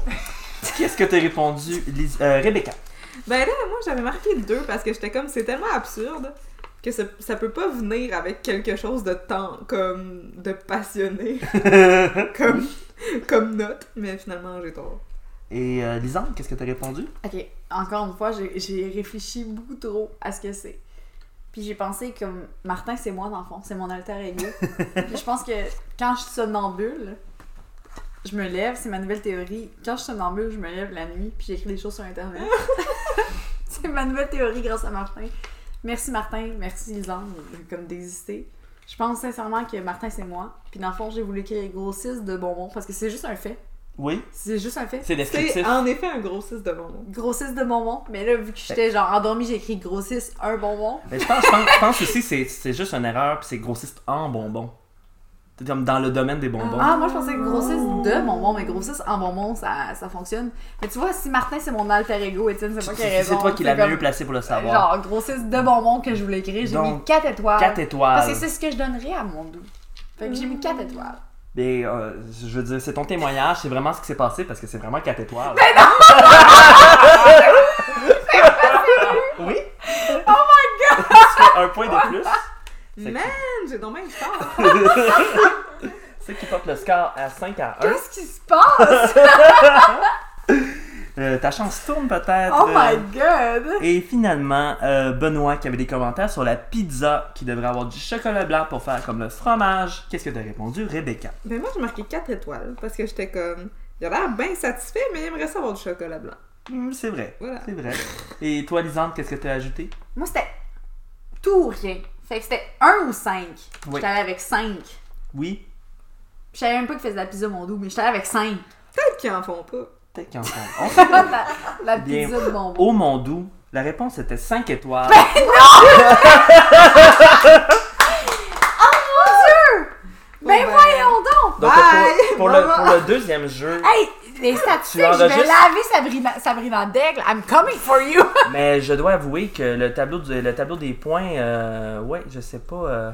Speaker 1: Qu'est-ce que t'as répondu, Lis- euh, Rebecca?
Speaker 5: Ben là, moi, j'avais marqué deux parce que j'étais comme, c'est tellement absurde que ça, ça peut pas venir avec quelque chose de tant, comme, de (laughs) passionné, comme, comme note. Mais finalement, j'ai tort.
Speaker 1: Et euh, Lisandre, qu'est-ce que t'as répondu?
Speaker 2: Ok, encore une fois, j'ai j'ai réfléchi beaucoup trop à ce que c'est. Puis j'ai pensé que Martin, c'est moi dans le fond, c'est mon alter ego. Puis je pense que quand je suis somnambule, je me lève, c'est ma nouvelle théorie. Quand je suis somnambule, je me lève la nuit, puis j'écris des choses sur Internet. c'est ma nouvelle théorie grâce à Martin. Merci Martin, merci Lisande, comme d'exister. Je pense sincèrement que Martin, c'est moi. Puis dans le fond, j'ai voulu écrire grossiste de bonbons, parce que c'est juste un fait.
Speaker 1: Oui,
Speaker 2: C'est juste un fait.
Speaker 1: c'est
Speaker 5: C'est
Speaker 1: descriptif.
Speaker 5: en effet un grossiste de bonbons.
Speaker 2: Grossiste de bonbons. Mais là, vu que j'étais genre endormie, j'ai écrit grossiste un bonbon.
Speaker 1: Mais je pense, je pense, je pense aussi que c'est- c'est juste une erreur, puis c'est grossiste en bonbons. C'est comme dans le domaine des bonbons.
Speaker 2: Ah, moi, je pensais que grossiste de bonbons, mais grossiste en bonbons, ça, ça fonctionne. Mais tu vois, si Martin, c'est mon alter ego, Étienne, c'est
Speaker 1: C'est
Speaker 2: moi qui ai raison.
Speaker 1: c'est toi qui l'as
Speaker 2: comme,
Speaker 1: mieux placé pour le savoir.
Speaker 2: Genre, grossiste de bonbons que je voulais écrire, j'ai
Speaker 1: Donc,
Speaker 2: mis 4 étoiles.
Speaker 1: 4 étoiles.
Speaker 2: Parce que c'est ce que je donnerais à mon doux. Fait que j'ai mis
Speaker 1: Mmh.
Speaker 2: 4 étoiles.
Speaker 1: Mais euh, je veux dire, c'est ton témoignage, c'est vraiment ce qui s'est passé parce que c'est vraiment 4 étoiles. (laughs) oui? Oh my god! (laughs) tu fais un point de plus.
Speaker 2: (laughs)
Speaker 1: C'est
Speaker 5: Man, j'ai donc même tort.
Speaker 1: C'est qui porte le score à 5 à 1.
Speaker 2: Qu'est-ce qui se
Speaker 1: (laughs)
Speaker 2: passe?
Speaker 1: Euh, ta chance tourne peut-être.
Speaker 2: Oh my
Speaker 1: euh,
Speaker 2: god!
Speaker 1: Et finalement, euh, Benoît qui avait des commentaires sur la pizza qui devrait avoir du chocolat blanc pour faire comme le fromage. Qu'est-ce que t'as répondu, Rebecca?
Speaker 5: Ben moi, j'ai marqué quatre étoiles parce que j'étais comme, il a l'air bien satisfait, mais il aimerait ça avoir du chocolat blanc.
Speaker 1: Hmm, c'est vrai.
Speaker 5: Voilà.
Speaker 1: C'est vrai. Et toi, Lisande, qu'est-ce que t'as ajouté?
Speaker 2: Moi, c'était tout ou rien. Fait que c'était 1 ou 5.
Speaker 1: Oui.
Speaker 2: J'étais allée avec 5.
Speaker 1: Oui?
Speaker 2: Je savais même pas qu'il faisait de la pizza, mon doux, mais j'étais allée avec 5.
Speaker 5: Peut-être qu'ils en font pas.
Speaker 1: Peut-être qu'on s'en- on s'en-
Speaker 2: la, la
Speaker 1: Bien.
Speaker 2: pizza de bonbons.
Speaker 1: Au Mondou, la réponse était 5 étoiles.
Speaker 2: Ben
Speaker 5: Ouais.
Speaker 2: Ben voyons donc!
Speaker 1: Oh, ben. Donc,
Speaker 5: Bye!
Speaker 1: pour, pour le, pour le deuxième jeu,
Speaker 2: Hey, les statistiques,
Speaker 1: Tu
Speaker 2: je vais
Speaker 1: enregistres?
Speaker 2: laver Sabrina, Sabrina Daigle. I'm coming for you!
Speaker 1: (laughs) mais je dois avouer que le tableau, du- le tableau des points, euh, ouais, je sais pas. euh,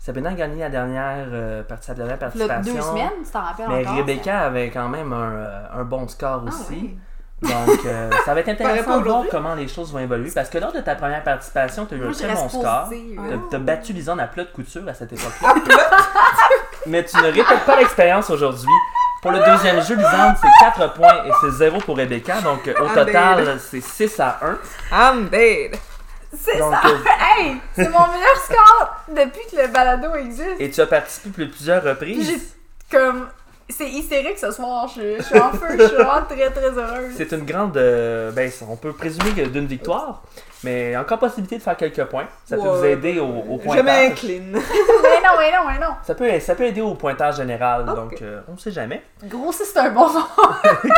Speaker 1: Sabrina a gagné la dernière, euh, partie, sa dernière
Speaker 2: Là,
Speaker 1: participation.
Speaker 2: deux semaines, tu t'en rappelles
Speaker 1: Mais
Speaker 2: encore?
Speaker 1: Rebecca avait quand même un, euh, un bon score
Speaker 5: Ah,
Speaker 1: aussi. Donc, euh, ça
Speaker 2: (laughs)
Speaker 1: va être
Speaker 5: Paraît pas
Speaker 1: intéressant de voir
Speaker 5: aujourd'hui.
Speaker 1: comment les choses vont évoluer. Parce que lors de ta première participation, tu as eu
Speaker 2: Moi,
Speaker 1: un
Speaker 2: je
Speaker 1: très bon
Speaker 2: reste
Speaker 1: score.
Speaker 2: positive. Ah.
Speaker 1: T'as- T'as battu
Speaker 2: (laughs)
Speaker 1: Lisanne à plat de couture à cette époque-là. Mais tu ne répètes pas l'expérience aujourd'hui. Pour le deuxième jeu, Lisande, c'est 4 points et c'est 0 pour Rebecca. Donc, euh, au
Speaker 5: Ah,
Speaker 2: ben
Speaker 1: total, c'est 6 à 1.
Speaker 5: I'm dead.
Speaker 2: C'est
Speaker 1: Donc,
Speaker 2: ça! (laughs)
Speaker 1: euh,
Speaker 2: Hey! C'est mon meilleur score depuis que le balado existe.
Speaker 1: Et tu as participé plus- plusieurs
Speaker 2: J'ai-
Speaker 1: reprises.
Speaker 2: Comme, c'est hystérique ce soir. Je, je suis en feu. Je suis vraiment très, très heureuse.
Speaker 1: C'est une grande. euh, ben, on peut présumer que d'une victoire, mais encore possibilité de faire quelques points. Ça peut
Speaker 5: Ouais.
Speaker 1: vous aider au, au
Speaker 5: Je
Speaker 1: pointage.
Speaker 5: m'incline. (laughs)
Speaker 2: Mais non, mais non, mais non.
Speaker 1: Ça peut, ça peut aider au pointage général,
Speaker 5: Ok.
Speaker 1: donc euh, on sait jamais.
Speaker 2: Grossir, c'est un bon nom.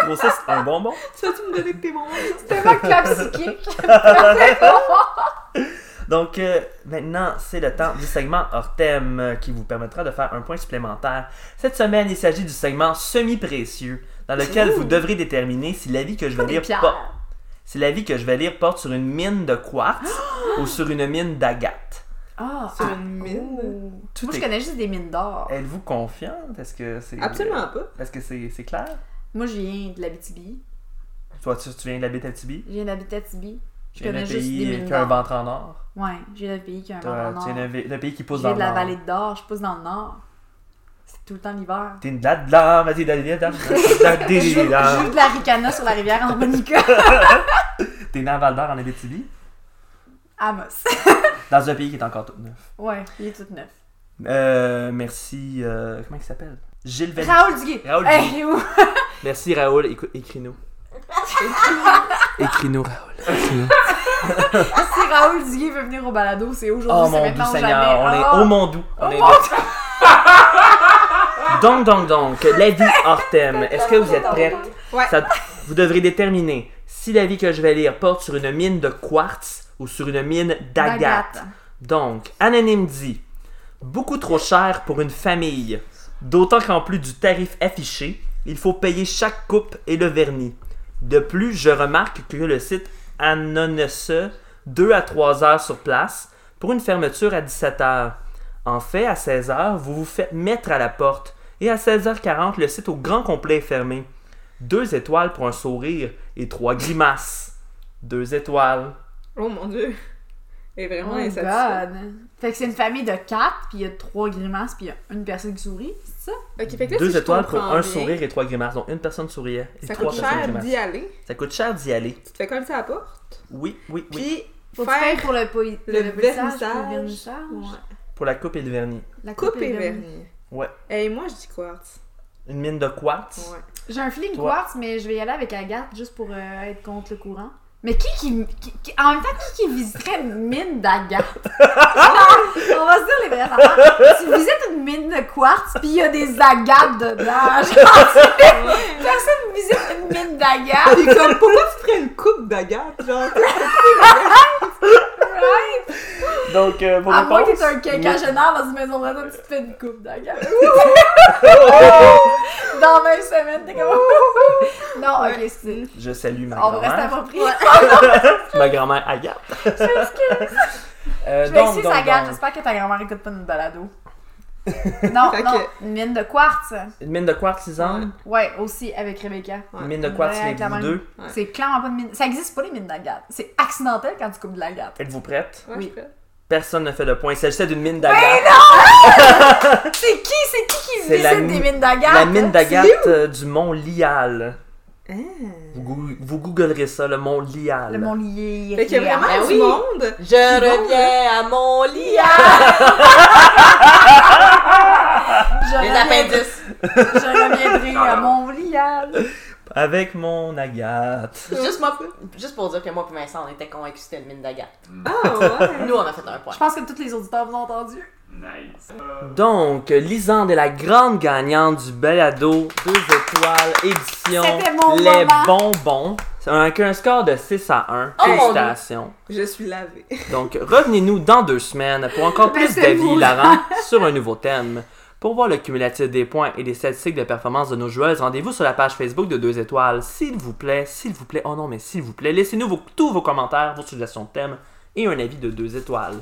Speaker 1: Grossesse, un bonbon.
Speaker 5: Tu vas-tu me donner que t'es mon
Speaker 2: C'est (laughs) tellement clapsiqué.
Speaker 1: (laughs) Donc euh, maintenant, c'est le temps du segment hors thème euh, qui vous permettra de faire un point supplémentaire. Cette semaine, il s'agit du segment semi-précieux dans lequel vous devrez déterminer si l'avis que je vais
Speaker 2: Des
Speaker 1: lire
Speaker 2: pierres.
Speaker 1: porte si l'avis que je vais lire porte sur une mine de quartz ou sur une mine d'agate.
Speaker 2: (laughs) Ah,
Speaker 5: Sur une mine.
Speaker 1: Tout
Speaker 2: Moi,
Speaker 1: est-
Speaker 2: je connais juste des mines d'or.
Speaker 1: Êtes-vous confiante Est-ce que
Speaker 5: oh.
Speaker 1: c'est
Speaker 5: Absolument pas.
Speaker 1: Est-ce que c'est c'est clair
Speaker 2: Moi, je viens de l'Abitibi.
Speaker 1: Toi, tu, tu viens de la Bétatibi
Speaker 2: Je viens d'Abitibi. Je
Speaker 1: Tu viens
Speaker 2: connais
Speaker 1: d'un
Speaker 2: juste
Speaker 1: pays
Speaker 2: des
Speaker 1: euh,
Speaker 2: mines
Speaker 1: qui a un
Speaker 2: d'or.
Speaker 1: ventre en or.
Speaker 2: Ouais, je viens d'un pays qui a un
Speaker 1: T'as-
Speaker 2: vent en or.
Speaker 1: Tu viens d'un vi- d'un pays qui
Speaker 2: Je
Speaker 1: pousse dans
Speaker 2: viens
Speaker 1: le
Speaker 2: de la
Speaker 1: nord.
Speaker 2: vallée de Dor. Je pousse dans le nord. C'est tout le temps l'hiver.
Speaker 1: T'es une date là, vas-y, d'aller
Speaker 2: (laughs)
Speaker 1: là,
Speaker 2: Je joue je joue
Speaker 1: là.
Speaker 2: de la ricana sur la rivière Andronica.
Speaker 1: T'es né à Val d'Or en Abitibi,
Speaker 2: (laughs) Amos.
Speaker 1: dans un pays qui est encore tout neuf.
Speaker 2: Ouais, il est tout neuf.
Speaker 1: Euh, merci, euh, comment il s'appelle Gilles Vallée.
Speaker 2: Raoul Duguay.
Speaker 1: Raoul
Speaker 2: Hey,
Speaker 1: Duguay.
Speaker 2: où? (laughs)
Speaker 1: Merci Raoul, Écou- écris-nous. écris-nous Raoul. Écris-nous.
Speaker 2: Si Raoul Duguay veut venir au balado, c'est aujourd'hui,
Speaker 1: Oh
Speaker 2: c'est
Speaker 1: mon
Speaker 2: maintenant
Speaker 1: doux
Speaker 2: ou
Speaker 1: Seigneur, on
Speaker 2: jamais.
Speaker 1: est
Speaker 2: Oh.
Speaker 1: au Mondou. On
Speaker 2: Au
Speaker 1: est (laughs) Donc, donc, donc, la vie hors thème. Est-ce que vous êtes prête?
Speaker 5: Ouais.
Speaker 1: Ça- vous devrez déterminer si la vie que je vais lire porte sur une mine de quartz ou sur une mine d'agate.
Speaker 2: D'agate.
Speaker 1: Donc, Anonyme dit Beaucoup trop cher pour une famille. D'autant qu'en plus du tarif affiché, il faut payer chaque coupe et le vernis. De plus, je remarque que le site Anonesse 2 à 3 heures sur place pour une fermeture à 17 heures. En fait, à 16 heures, vous vous faites mettre à la porte et à 16h40, le site au grand complet est fermé. Deux étoiles pour un sourire et trois grimaces. Deux étoiles.
Speaker 5: Oh mon dieu. Elle est
Speaker 2: Oh
Speaker 5: vraiment
Speaker 2: my
Speaker 5: insatisfaite.
Speaker 2: god. Fait que c'est une famille de quatre, puis il y a trois grimaces, puis il y a une personne qui sourit, c'est ça?
Speaker 5: Ok, fait que là,
Speaker 1: Deux
Speaker 5: si je
Speaker 1: étoiles pour
Speaker 5: comprends
Speaker 1: un
Speaker 5: bien,
Speaker 1: sourire et trois grimaces. Donc une personne souriait et
Speaker 5: Ça
Speaker 1: trois
Speaker 5: coûte
Speaker 1: personnes
Speaker 5: cher
Speaker 1: grimaces.
Speaker 5: d'y aller.
Speaker 1: Ça coûte cher d'y aller.
Speaker 5: Tu te fais coller ça à la porte.
Speaker 1: Oui, oui, oui.
Speaker 5: Puis,
Speaker 2: Faut que tu payes
Speaker 5: faire
Speaker 2: pour le, poli-
Speaker 5: le
Speaker 2: polissage,
Speaker 5: vernissage.
Speaker 2: puis le vernissage.
Speaker 5: Ouais.
Speaker 1: Pour la coupe et le vernis.
Speaker 2: La coupe,
Speaker 5: coupe et
Speaker 2: le vernis.
Speaker 5: vernis.
Speaker 1: Ouais.
Speaker 5: Et moi, je dis quartz.
Speaker 1: Une mine de quartz.
Speaker 5: Ouais.
Speaker 2: J'ai un feeling
Speaker 1: Toi.
Speaker 2: quartz, mais je vais y aller avec Agathe juste pour euh, être contre le courant. Mais qui qui, qui- qui- En même temps, qui qui visiterait une mine d'Agathe? Non, on va se dire les vraies affaires. Tu visites une mine de quartz, puis il y a des agates dedans. (laughs) Genre,
Speaker 5: Ouais.
Speaker 2: personne visite une mine d'agate.
Speaker 5: Puis comme, pourquoi tu ferais une coupe d'agate, genre?
Speaker 1: Donc, euh, vos
Speaker 2: À moins que
Speaker 1: réponses?
Speaker 2: t'aies un quinquagénaire dans une maison de retraite, tu te fais une coupe d'agate. dans 20 semaines, t'es comme... non, ok, excusez.
Speaker 1: Je salue ma
Speaker 2: On va rester
Speaker 1: grand-mère.
Speaker 2: approprié.
Speaker 1: Ma grand-mère
Speaker 2: (laughs)
Speaker 1: Agathe. Euh,
Speaker 2: Je vais
Speaker 1: donc,
Speaker 2: essayer
Speaker 1: donc,
Speaker 2: sa garde.
Speaker 1: donc.
Speaker 2: J'espère que ta grand-mère écoute pas
Speaker 1: (laughs)
Speaker 2: notre balado. non,
Speaker 5: Fait
Speaker 2: non,
Speaker 5: que-
Speaker 2: une mine de quartz.
Speaker 1: Une mine de quartz, Suzanne.
Speaker 2: Ouais, aussi avec Rebecca.
Speaker 5: Ouais.
Speaker 1: Une mine de
Speaker 2: Ouais, Ben,
Speaker 1: quartz,
Speaker 2: avec
Speaker 1: les
Speaker 2: la
Speaker 1: vous
Speaker 2: même.
Speaker 1: deux.
Speaker 5: Ouais.
Speaker 2: C'est clairement pas de mine. Ça existe pas les mines d'agate. C'est accidentel quand tu coupes de l'agate.
Speaker 1: Êtes-vous prête?
Speaker 5: Ouais,
Speaker 2: Oui.
Speaker 5: je suis prête.
Speaker 1: Personne ne fait le point. Il s'agissait d'une mine d'agate.
Speaker 2: C'est qui C'est qui qui
Speaker 1: C'est
Speaker 2: visite
Speaker 1: la mi-
Speaker 2: des mines d'agate
Speaker 1: La mine d'agate euh, du mont Lial. Vous, gou- vous googlerez ça, le mont Lial.
Speaker 2: Ah. Le mont lié.
Speaker 5: Fait qu'il y a
Speaker 4: Ben
Speaker 5: vraiment du
Speaker 4: oui.
Speaker 5: monde.
Speaker 4: Je reviens à mon lit. hein. Ah!
Speaker 2: Je
Speaker 4: Les
Speaker 2: reviendrai,
Speaker 4: appendices.
Speaker 2: je reviendrai à mon lial.
Speaker 1: Avec mon agate.
Speaker 4: Juste, moi, juste pour dire que moi et Vincent, on était convaincus que c'était une mine d'agate.
Speaker 5: Ah, ouais.
Speaker 4: Nous, on a fait un point.
Speaker 2: Je pense que tous les auditeurs vous ont entendu.
Speaker 3: Nice.
Speaker 1: Donc, Lisande est la grande gagnante du balado Deux étoiles édition
Speaker 2: C'était mon
Speaker 1: Les
Speaker 2: moment.
Speaker 1: bonbons. C'est un- Avec un score de 6 à 1.
Speaker 4: Oh mon Dieu.
Speaker 1: Félicitations.
Speaker 5: (laughs) Je suis lavée.
Speaker 1: Donc, revenez-nous dans deux semaines pour encore plus
Speaker 2: Restez
Speaker 1: d'avis
Speaker 2: vous. (laughs)
Speaker 1: hilarants sur un nouveau thème. Pour voir le cumulatif des points et les statistiques de performance de nos joueuses, rendez-vous sur la page Facebook de 2 étoiles. S'il vous plaît, s'il vous plaît, oh non, mais s'il vous plaît, laissez-nous vos- tous vos commentaires, vos suggestions de thèmes et un avis de 2 étoiles.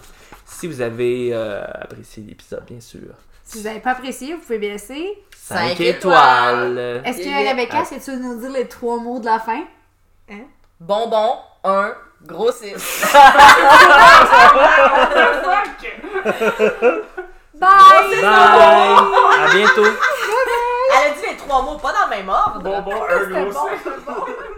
Speaker 1: Si vous avez euh, apprécié l'épisode, bien sûr.
Speaker 2: Si vous n'avez pas apprécié, vous pouvez me laisser.
Speaker 4: Cinq
Speaker 1: Cinq étoiles.
Speaker 2: Est-ce que
Speaker 5: Yeah, yeah.
Speaker 2: Rebecca, c'est tu nous dire les trois mots de la fin?
Speaker 4: Bonbon, un, gros six.
Speaker 3: Fuck!
Speaker 2: Bye!
Speaker 1: Bye! À bientôt!
Speaker 4: Elle a dit les trois
Speaker 6: trois mots, pas dans le même ordre.
Speaker 3: Bonbon, un
Speaker 4: C'était
Speaker 3: gros
Speaker 4: bon,
Speaker 3: sac.
Speaker 4: c'était bon.